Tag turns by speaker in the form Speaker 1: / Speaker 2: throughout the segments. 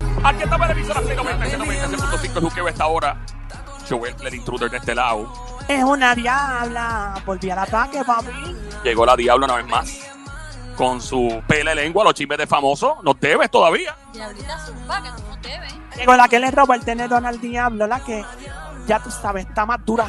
Speaker 1: estamos en la emisora 690, 696.5 el juqueo a esta hora. Joel, el intruder de este lado.
Speaker 2: Es una diabla. Volví al ataque, papi.
Speaker 1: Llegó la diabla una vez más. Con su pele lengua, los chismes de famoso. Nos debes todavía.
Speaker 3: Diablita zumba, que no te ve.
Speaker 2: Llegó la que le roba el tenedor al diablo, la que, ya tú sabes, está más dura.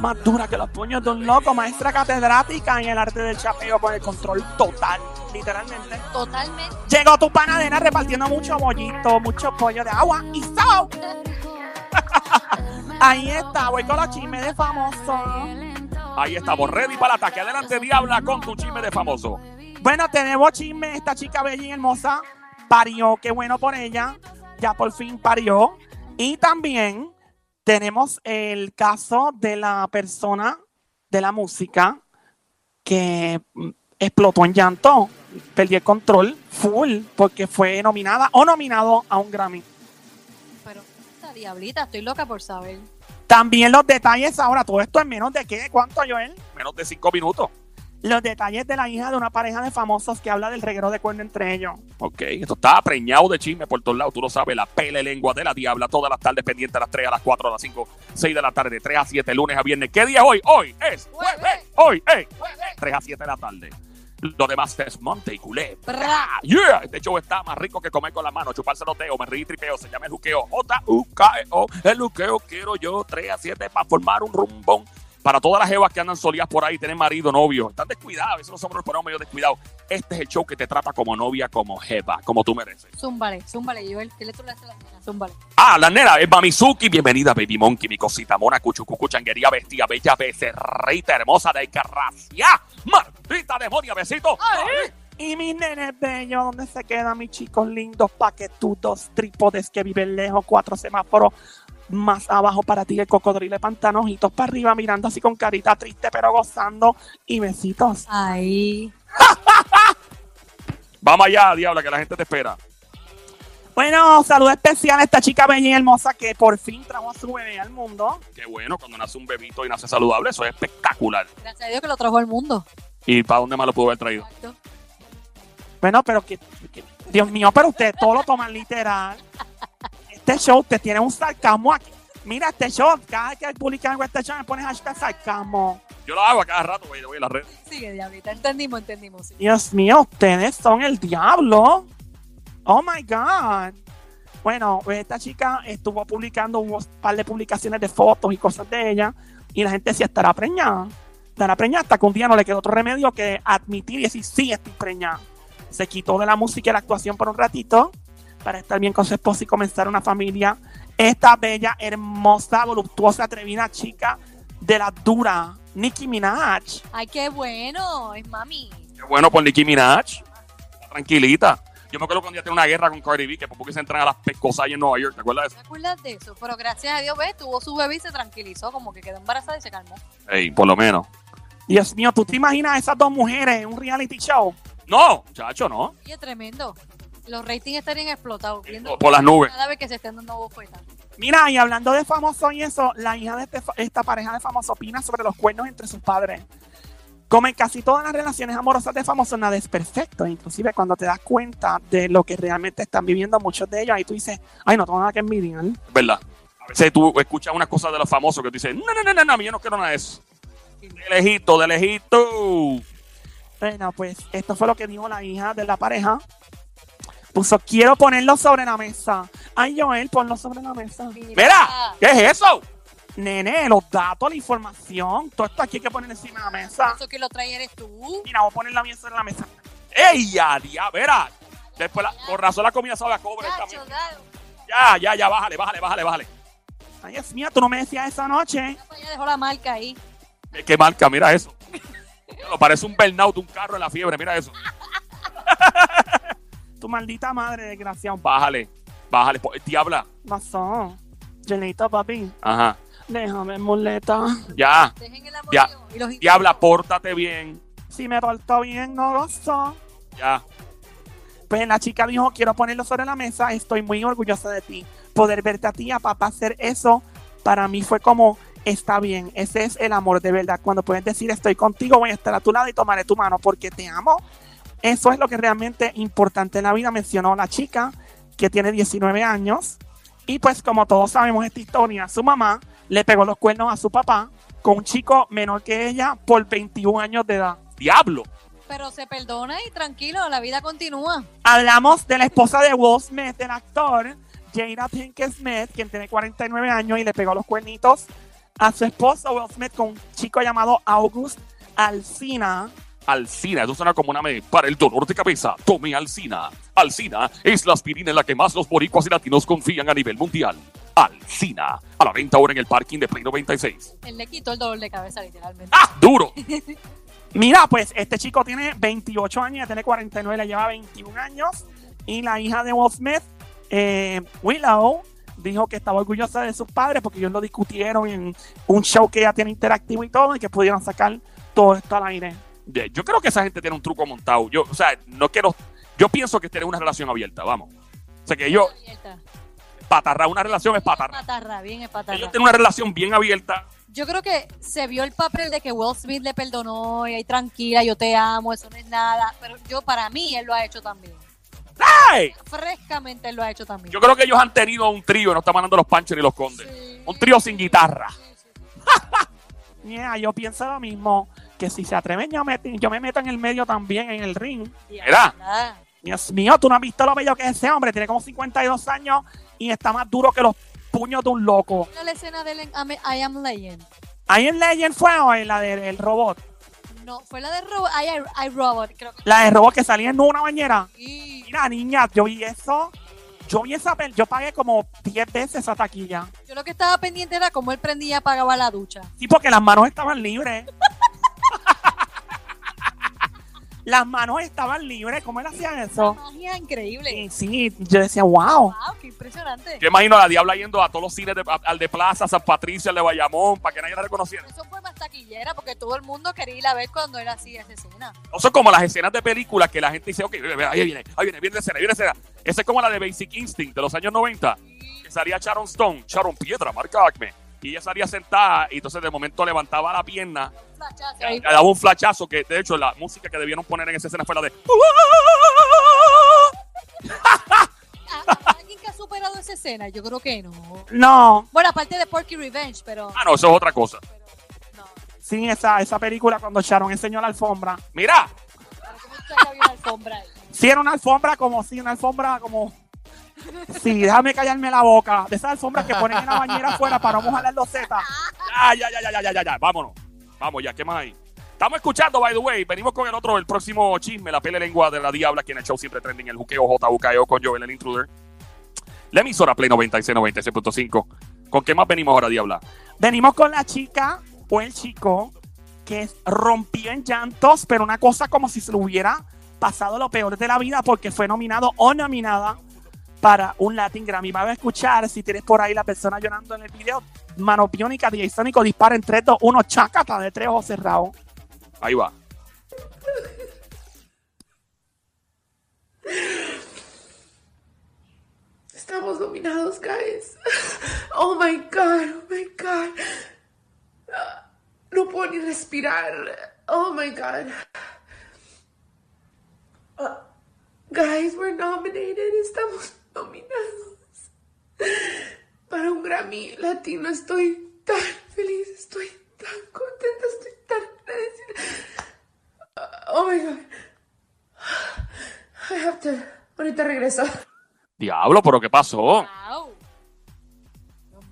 Speaker 2: Más dura que los puños de un loco, maestra catedrática en el arte del chapeo con el control total, literalmente.
Speaker 3: Totalmente.
Speaker 2: Llegó tu panadera repartiendo mucho bollito, mucho pollo de agua y sao. Ahí está, voy con los chismes de famoso.
Speaker 1: Ahí estamos, ready para el ataque. Adelante, diabla, con tu chisme de famoso.
Speaker 2: Bueno, tenemos chisme. Esta chica bella y hermosa parió. Qué bueno por ella. Ya por fin parió. Y también tenemos el caso de la persona de la música que mm, explotó en llanto. Perdió el control full porque fue nominada o nominado a un Grammy.
Speaker 3: Pero esta diablita, estoy loca por saber.
Speaker 2: También los detalles ahora. Todo esto en menos de qué, cuánto, Joel.
Speaker 1: Menos de cinco minutos.
Speaker 2: Los detalles de la hija de una pareja de famosos que habla del reguero de cuerno entre ellos.
Speaker 1: Ok, esto está preñado de chisme por todos lados, tú lo sabes, la pele lengua de la diabla, todas las tardes pendientes a las 3, a las 4, a las 5, 6 de la tarde, de 3 a 7, lunes a viernes. ¿Qué día es hoy? Hoy es jueves, hoy es jueves, 3 a 7 de la tarde. Lo demás es monte y culé.
Speaker 3: Bra.
Speaker 1: Yeah, este show está más rico que comer con la mano, chuparse los dedos, me río y tripeo, se llama el juqueo, J-U-K-E-O, E el juqueo quiero yo, 3 a 7 para formar un rumbón. Para todas las jevas que andan solías por ahí, tienen marido, novio, están descuidados, a veces los hombres nos ponemos medio descuidados. Este es el show que te trata como novia, como jeva, como tú mereces.
Speaker 3: Zúmbale, zúmbale. Yo el teléfono le hace a la nena, zúmbale.
Speaker 1: Ah, la nena es Mamizuki. Bienvenida, Baby Monkey, mi cosita mona, cuchucucu, changuería, bestia, bella, becerrita, hermosa de carracia. Maldita demonia, besito.
Speaker 2: Y mis nenes bellos, ¿dónde se quedan mis chicos lindos, paquetudos, trípodes que viven lejos, cuatro semáforos más abajo para ti, el cocodrilo de pantano, ojitos para arriba, mirando así con carita triste pero gozando y besitos.
Speaker 3: Ahí.
Speaker 1: Vamos allá, diabla, que la gente te espera.
Speaker 2: Bueno, saludo especial a esta chica bella y hermosa que por fin trajo a su bebé al mundo.
Speaker 1: Qué bueno, cuando nace un bebito y nace saludable, eso es espectacular.
Speaker 3: Gracias a Dios que lo trajo al mundo.
Speaker 1: ¿Y para dónde más lo pudo haber traído?
Speaker 3: Exacto.
Speaker 2: Bueno, pero que, que- Dios mío, pero ustedes todo lo toman literal. Este show te tiene un sarcasmo aquí. Mira este show, cada vez que publican algo de este show me pones hashtag sarcasmo.
Speaker 1: Yo lo hago a cada rato, güey, voy a la red.
Speaker 3: Sigue, diablita. Entendimos, entendimos. sí.
Speaker 2: Dios mío, ustedes son el diablo. Oh my God. Bueno, pues esta chica estuvo publicando un par de publicaciones de fotos y cosas de ella. Y la gente decía, estará preñada. Estará preñada hasta que un día no le quedó otro remedio que admitir y decir, sí, estoy preñada. Se quitó de la música y la actuación por un ratito para estar bien con su esposo y comenzar una familia. Esta bella, hermosa, voluptuosa, atrevida chica de la dura, Nicki Minaj.
Speaker 3: Ay, qué bueno. Es mami.
Speaker 1: Qué bueno por Nicki Minaj. Tranquilita. Yo me acuerdo que un día tenía una guerra con Cardi B, que por poco se entran a las pescosas en Nueva York, ¿te acuerdas de eso?
Speaker 3: ¿Te acuerdas de eso? Pero gracias a Dios, ves, tuvo su bebé y se tranquilizó, como que quedó embarazada y se calmó.
Speaker 1: Ey, por lo menos.
Speaker 2: Dios mío, ¿tú te imaginas a esas dos mujeres en un reality show?
Speaker 1: No, muchacho, no.
Speaker 3: Oye, tremendo. Los ratings estarían explotados. Viendo
Speaker 1: Por- por las nubes.
Speaker 3: Cada vez que se estén dando bofetas.
Speaker 2: Mira, y hablando de famosos y eso, la hija de este fa- esta pareja de famosos opina sobre los cuernos entre sus padres. Como en casi todas las relaciones amorosas de famosos, nada es perfecto. Inclusive cuando te das cuenta de lo que realmente están viviendo muchos de ellos, ahí tú dices, ay, no tengo nada que envidiar.
Speaker 1: Es verdad. A veces tú escuchas unas cosas de los famosos que tú dices, no, no, no, no, no, yo no quiero nada de eso. De lejito, de lejito.
Speaker 2: Bueno, pues esto fue lo que dijo la hija de la pareja. Puso, quiero ponerlo sobre la mesa. Ay, Joel, ponlo sobre la mesa.
Speaker 1: Mira, ¿qué es eso?
Speaker 2: Nene, los datos, la información, todo esto aquí hay que poner encima de la mesa.
Speaker 3: Eso que lo trae eres tú.
Speaker 2: Mira, voy a poner la mía sobre la mesa.
Speaker 1: ¡Ella, diabera! Después, la, con razón, la comida sabe a cobre. esta
Speaker 3: Chacho,
Speaker 1: mierda.
Speaker 3: dale.
Speaker 1: Ya, ya, ya, bájale, bájale, bájale, bájale.
Speaker 2: Ay, Dios mío, tú no me decías esa noche.
Speaker 3: Ya dejó la marca ahí.
Speaker 1: Eh, Qué marca, mira eso. Claro, parece un burnout de un carro en la fiebre, mira eso.
Speaker 2: Tu maldita madre, desgraciado. Pa-
Speaker 1: Bájale, bájale. po- eh, Diabla.
Speaker 2: Pasó. Llenito, papi.
Speaker 1: Ajá.
Speaker 2: Déjame, muleta.
Speaker 1: Ya.
Speaker 3: Dejen el amor
Speaker 1: Ya-
Speaker 3: y los
Speaker 1: Diabla, pórtate bien.
Speaker 2: Si me portó bien, no gozó.
Speaker 1: Ya.
Speaker 2: Pues la chica dijo, quiero ponerlo sobre la mesa. Estoy muy orgullosa de ti. Poder verte a ti, a papá, hacer eso, para mí fue como, está bien. Ese es el amor de verdad. Cuando puedes decir, estoy contigo, voy a estar a tu lado y tomaré tu mano porque te amo. Eso es lo que realmente importante en la vida, mencionó la chica. que tiene 19 años. Y pues como todos sabemos esta historia, su mamá le pegó los cuernos a su papá con un chico menor que ella por 21 años de edad.
Speaker 1: Diablo.
Speaker 3: Pero se perdona y tranquilo, la vida continúa.
Speaker 2: Hablamos de la esposa de Will Smith, del actor Jada Pinkett Smith, quien tiene 49 años y le pegó los cuernitos a su esposo Will Smith con un chico llamado August Alcina.
Speaker 1: Alcina, eso suena como una me para el dolor de cabeza. Tome Alcina. Alcina es la aspirina en la que más los boricuas y latinos confían a nivel mundial. Alcina, a la venta ahora en el parking de Play 96.
Speaker 3: Él le quitó el dolor de cabeza, literalmente.
Speaker 1: ¡Ah, duro!
Speaker 2: Mira, pues este chico tiene 28 años, ella tiene 49, le lleva 21 años. Y la hija de Will Smith, eh, Willow, dijo que estaba orgullosa de sus padres porque ellos lo discutieron en un show que ella tiene interactivo y todo, y que pudieron sacar todo esto al aire.
Speaker 1: De- Yo creo que esa gente tiene un truco montado. Yo, o sea, no quiero. Yo pienso que tiene una relación abierta, vamos. O sea, que ellos,
Speaker 3: Abierta.
Speaker 1: patarra, una relación es patarra.
Speaker 3: Patarra, bien es patarra.
Speaker 1: Ellos tienen una relación bien abierta.
Speaker 3: Yo creo que se vio el papel de que Will Smith le perdonó y ahí tranquila, yo te amo, eso no es nada. Pero yo, para mí, él lo ha hecho también.
Speaker 1: ¡Ay!
Speaker 3: Frescamente él lo ha hecho también.
Speaker 1: Yo creo que ellos han tenido un trío, no están mandando los panchos ni los condes.
Speaker 3: Sí.
Speaker 1: Un trío sin guitarra.
Speaker 3: Sí, sí, sí.
Speaker 2: Yeah, yo pienso lo mismo, que si se atreven yo me, yo me meto en el medio también, en el ring.
Speaker 1: Mira.
Speaker 3: Nada.
Speaker 2: Dios mío, tú no has visto lo bello que es ese hombre, tiene como 52 años y está más duro que los puños de un loco.
Speaker 3: ¿Vieron la escena de él en Am- I Am Legend?
Speaker 2: Ahí en Legend fue hoy la del el robot,
Speaker 3: No, fue la de Robo- I, I- I, Robot, creo que
Speaker 2: la del robot que salía en una bañera.
Speaker 3: sí.
Speaker 2: Mira, niña, yo vi eso, yo vi esa, pel- yo pagué como 10 veces esa taquilla.
Speaker 3: Yo lo que estaba pendiente era cómo él prendía y apagaba la ducha.
Speaker 2: Sí, porque las manos estaban libres. las manos estaban libres, ¿cómo él hacía eso?
Speaker 3: Magia increíble.
Speaker 2: Sí, sí, yo decía, wow.
Speaker 3: Wow, qué impresionante.
Speaker 1: Yo imagino a la diabla yendo a todos los cines, de- a- al de Plaza, San Patricio, al de Bayamón, para que nadie la reconociera.
Speaker 3: Eso fue más taquillera porque todo el mundo quería ir a ver cuando él hacía esa escena.
Speaker 1: No son como las escenas de películas que la gente dice, ok, ahí viene, ahí viene, viene la escena, viene la escena. Esa es como la de Basic Instinct de los años 90, que salía Sharon Stone, Sharon Piedra, marca Acme. Y ella salía sentada y entonces de momento levantaba la pierna,
Speaker 3: Flashazo
Speaker 1: le
Speaker 3: ahí.
Speaker 1: daba un flachazo que de hecho la música que debieron poner en esa escena fue la de...
Speaker 3: Ah, ¿Alguien que ha superado esa escena? Yo creo que no.
Speaker 2: No,
Speaker 3: Bueno, aparte de Porky Revenge, pero,
Speaker 1: Ah, no, eso es otra cosa.
Speaker 3: pero no.
Speaker 2: sí, esa, esa película cuando Sharon enseñó la alfombra.
Speaker 1: Mira,
Speaker 3: Pero como que había una alfombra ahí.
Speaker 2: Sí, era una alfombra como, sí, una alfombra como... Sí, déjame callarme la boca. De esas alfombras que ponen en la bañera afuera para no mojar las losetas.
Speaker 1: ya, ya, ya, ya, ya, ya, ya, ya, vámonos. Vamos ya, ¿qué más hay? Estamos escuchando, by the way, venimos con el otro, el próximo chisme, la pele lengua de la diabla, quien ha hecho siempre trending el juqueo JUKEO E con Joel el Intruder. La emisora Play 96, 96.5. ¿Con qué más venimos ahora, diabla?
Speaker 2: Venimos con la chica o el chico que rompió en llantos, pero una cosa como si se le hubiera pasado lo peor de la vida porque fue nominado o nominada para un Latin Grammy. Vamos a escuchar si tienes por ahí la persona llorando en el video. Mano biónica, DJ Sónico dispara en 3, 2, 1, chácata de tres ojos cerrados.
Speaker 1: Ahí va.
Speaker 4: Estamos nominados, guys. Oh my god, oh my god. No puedo ni respirar. Oh my god. Uh, guys, we're nominated. Estamos nominados. Para un Grammy Latino estoy tan feliz, estoy tan contenta, estoy tan agradecida. Uh, oh my god. I have to. Ahorita regreso.
Speaker 1: Diablo, pero ¿qué pasó?
Speaker 3: Wow.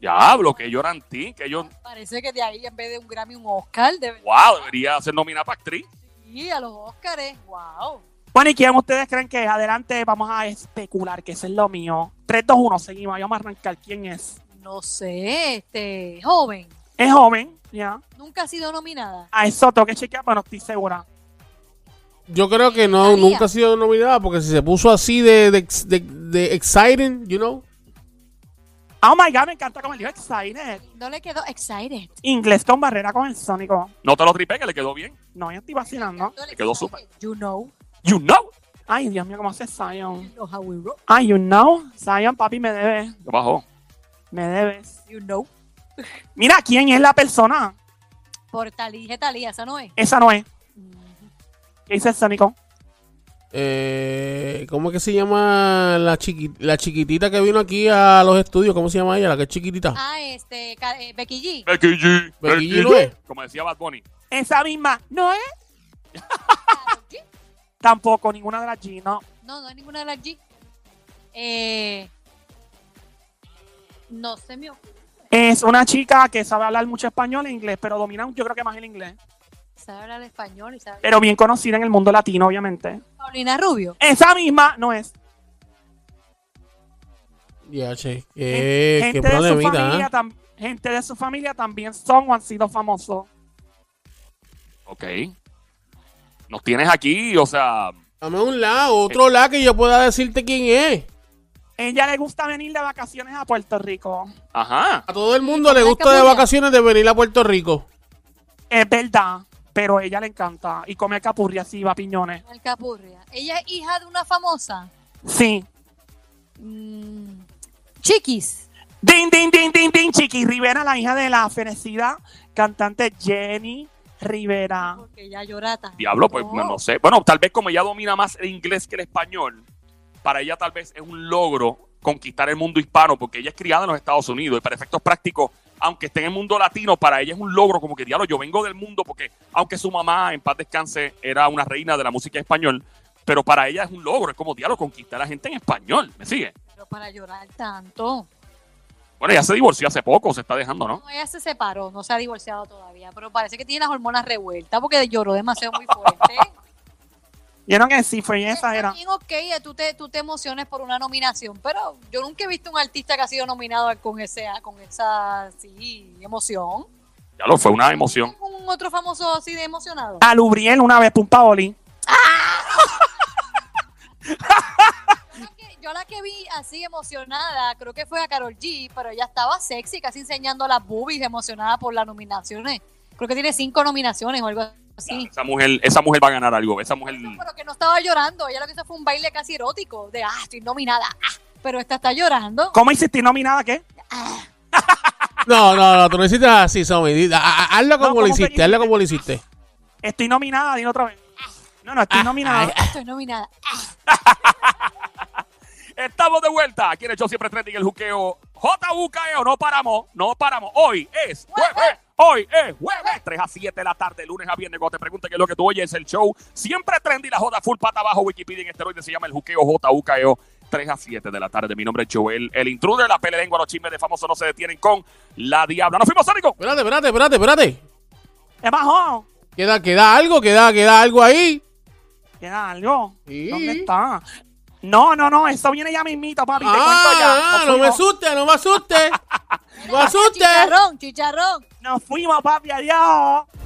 Speaker 1: Diablo, que lloran ti, que yo...
Speaker 3: Parece que de ahí en vez de un Grammy, un Oscar. De
Speaker 1: Wow, debería ser nominada para actriz.
Speaker 3: Sí, a los Oscars. Wow.
Speaker 2: Bueno, ¿y quién ustedes creen que es? Adelante, vamos a especular, que eso es lo mío. 3, 2, 1, seguimos. Ahí Vamos a arrancar. ¿Quién es?
Speaker 3: No sé, este, joven.
Speaker 2: Es joven, ya.
Speaker 3: Nunca ha sido nominada.
Speaker 2: A eso tengo que chequear, pero no estoy segura.
Speaker 5: Yo creo que no,
Speaker 3: María.
Speaker 5: nunca ha sido nominada porque si se puso así de, de, ex- de- de exciting, you know.
Speaker 2: Oh my god, me encanta como el dijo Excited.
Speaker 3: No le quedó excited.
Speaker 2: Inglés con barrera con el Sónico.
Speaker 1: No te lo tripé, que le quedó bien.
Speaker 2: No, yo estoy vacilando.
Speaker 3: No le
Speaker 1: quedó
Speaker 3: excited.
Speaker 1: súper.
Speaker 3: You know,
Speaker 1: You know.
Speaker 2: Ay, Dios mío, cómo hace
Speaker 3: you
Speaker 2: Zion.
Speaker 3: know how we rock.
Speaker 2: Ay, you know. Zion, papi, me debes.
Speaker 1: ¿Qué bajó?
Speaker 2: Me debes.
Speaker 3: You know.
Speaker 2: Mira, ¿quién es la persona?
Speaker 3: Por Talía, Talía, esa no es.
Speaker 2: Esa no es. ¿Qué dice el Sónico?
Speaker 5: Eh, eh, ¿cómo es que se llama la, chiqui- la chiquitita que vino aquí a los estudios? ¿Cómo se llama ella? La que es chiquitita.
Speaker 3: Ah, este, ca- eh, Becky G.
Speaker 1: Becky G.
Speaker 5: Becky G, ¿no es?
Speaker 1: Como decía Bad Bunny.
Speaker 2: Esa misma, no es
Speaker 3: G.
Speaker 2: tampoco ninguna de las G, no.
Speaker 3: No, no es ninguna de las G. Eh, no se me ocurre.
Speaker 2: Es una chica que sabe hablar mucho español e inglés, pero domina yo creo que más el inglés.
Speaker 3: Sabe hablar español y sabe.
Speaker 2: Pero bien conocida en el mundo latino, obviamente.
Speaker 3: Paulina Rubio.
Speaker 2: Esa misma no es.
Speaker 5: Ya, che. eh,
Speaker 2: Gen-
Speaker 5: Qué,
Speaker 2: gente,
Speaker 5: qué
Speaker 2: de su
Speaker 5: problemita,
Speaker 2: familia,
Speaker 5: ¿eh?
Speaker 2: tam- gente de su familia también son o han sido famosos.
Speaker 1: Ok. Nos tienes aquí, o sea.
Speaker 5: Dame un lado, otro lado que yo pueda decirte quién es.
Speaker 2: Ella le gusta venir de vacaciones a Puerto Rico.
Speaker 1: Ajá.
Speaker 5: A todo el mundo le
Speaker 3: Una
Speaker 5: gusta de
Speaker 3: capulina.
Speaker 5: vacaciones de venir a Puerto Rico.
Speaker 2: Es verdad, pero a ella le encanta. Y come capurria así, va a piñones.
Speaker 3: Alcapurria. Ella es hija de una famosa.
Speaker 2: Sí.
Speaker 3: Mm, Chiquis.
Speaker 2: Din, din, din, din, din, Chiqui Rivera, la hija de la fenecida cantante Jenny Rivera.
Speaker 3: Porque ella llora tanto.
Speaker 1: Diablo, pues no. no sé. Bueno, tal vez como ella domina más el inglés que el español, para ella tal vez es un logro conquistar el mundo hispano, porque ella es criada en los Estados Unidos y para efectos prácticos, aunque esté en el mundo latino, para ella es un logro como que, diablo, yo vengo del mundo, porque aunque su mamá, en paz descanse, era una reina de la música español, pero para ella es un logro, es como, diablo, conquistar a la gente en español, ¿me sigue?
Speaker 3: Pero para llorar tanto.
Speaker 1: Bueno, ella se divorció hace poco, se está dejando, ¿no?
Speaker 3: No, ella se separó, no se ha divorciado todavía, pero parece que tiene las hormonas revueltas porque lloró demasiado muy fuerte.
Speaker 2: Yo no que sí, fue esa
Speaker 3: Está
Speaker 2: era.
Speaker 3: bien, ok, eh, tú te, tú te emociones por una nominación, pero yo nunca he visto un artista que ha sido nominado con, ese, con esa sí, emoción.
Speaker 1: Ya lo fue una emoción.
Speaker 3: ¿Un otro famoso así de emocionado?
Speaker 2: A Lubriel una vez, Pum Paoli.
Speaker 3: Yo la que- Yo la que vi así emocionada, creo que fue a Carol G, pero ella estaba sexy, casi enseñando las boobies, emocionada por las nominaciones. Creo que tiene cinco nominaciones o algo así.
Speaker 1: Esa mujer, esa mujer va a ganar algo. Esa mujer.
Speaker 3: No, pero que no estaba llorando. Ella lo que hizo fue un baile casi erótico, de ah, estoy nominada, ah, pero esta está llorando. "Ah,
Speaker 2: ¿Cómo hiciste nominada qué?
Speaker 5: No, no, no, tú no hiciste así, Somi. Di- ha- ha- Hazlo como
Speaker 2: ¿cómo
Speaker 5: lo
Speaker 2: que
Speaker 5: hiciste,
Speaker 2: hiciste?
Speaker 5: hazlo como lo hiciste.
Speaker 2: Estoy nominada, dilo otra vez. No, no,
Speaker 5: Ah,
Speaker 2: estoy nominada.
Speaker 3: Estoy nominada.
Speaker 1: Estamos de vuelta. Aquí en el show siempre trending el juqueo. JUKEO. E No paramos. No paramos. Hoy es jueves. Hoy es jueves. 3 a 7 de la tarde, lunes a viernes. Cuando te pregunten qué es lo que tú oyes, el show siempre trending. La joda full pata abajo. Wikipedia en esteroides se llama el juqueo JUKEO. 3 E a 7 de la tarde. Mi nombre es Joel, el intruder. La pelea lengua, los chismes de famosos no se detienen con la diabla. ¡Nos fuimos, Sónico!
Speaker 5: Espérate, espérate, espérate, espérate.
Speaker 2: Es bajón.
Speaker 5: Queda, queda algo, queda, queda algo ahí.
Speaker 2: ¿Queda algo?
Speaker 5: Sí.
Speaker 2: ¿Dónde está? No, no, no, eso viene ya mismito, papi. te cuento ya.
Speaker 5: Ah,
Speaker 2: Nos
Speaker 5: no me
Speaker 2: fuimos.
Speaker 5: asustes, no me asustes. No me asustes.
Speaker 3: "Ah, Chicharrón, chicharrón.
Speaker 2: Nos fuimos, papi, adiós.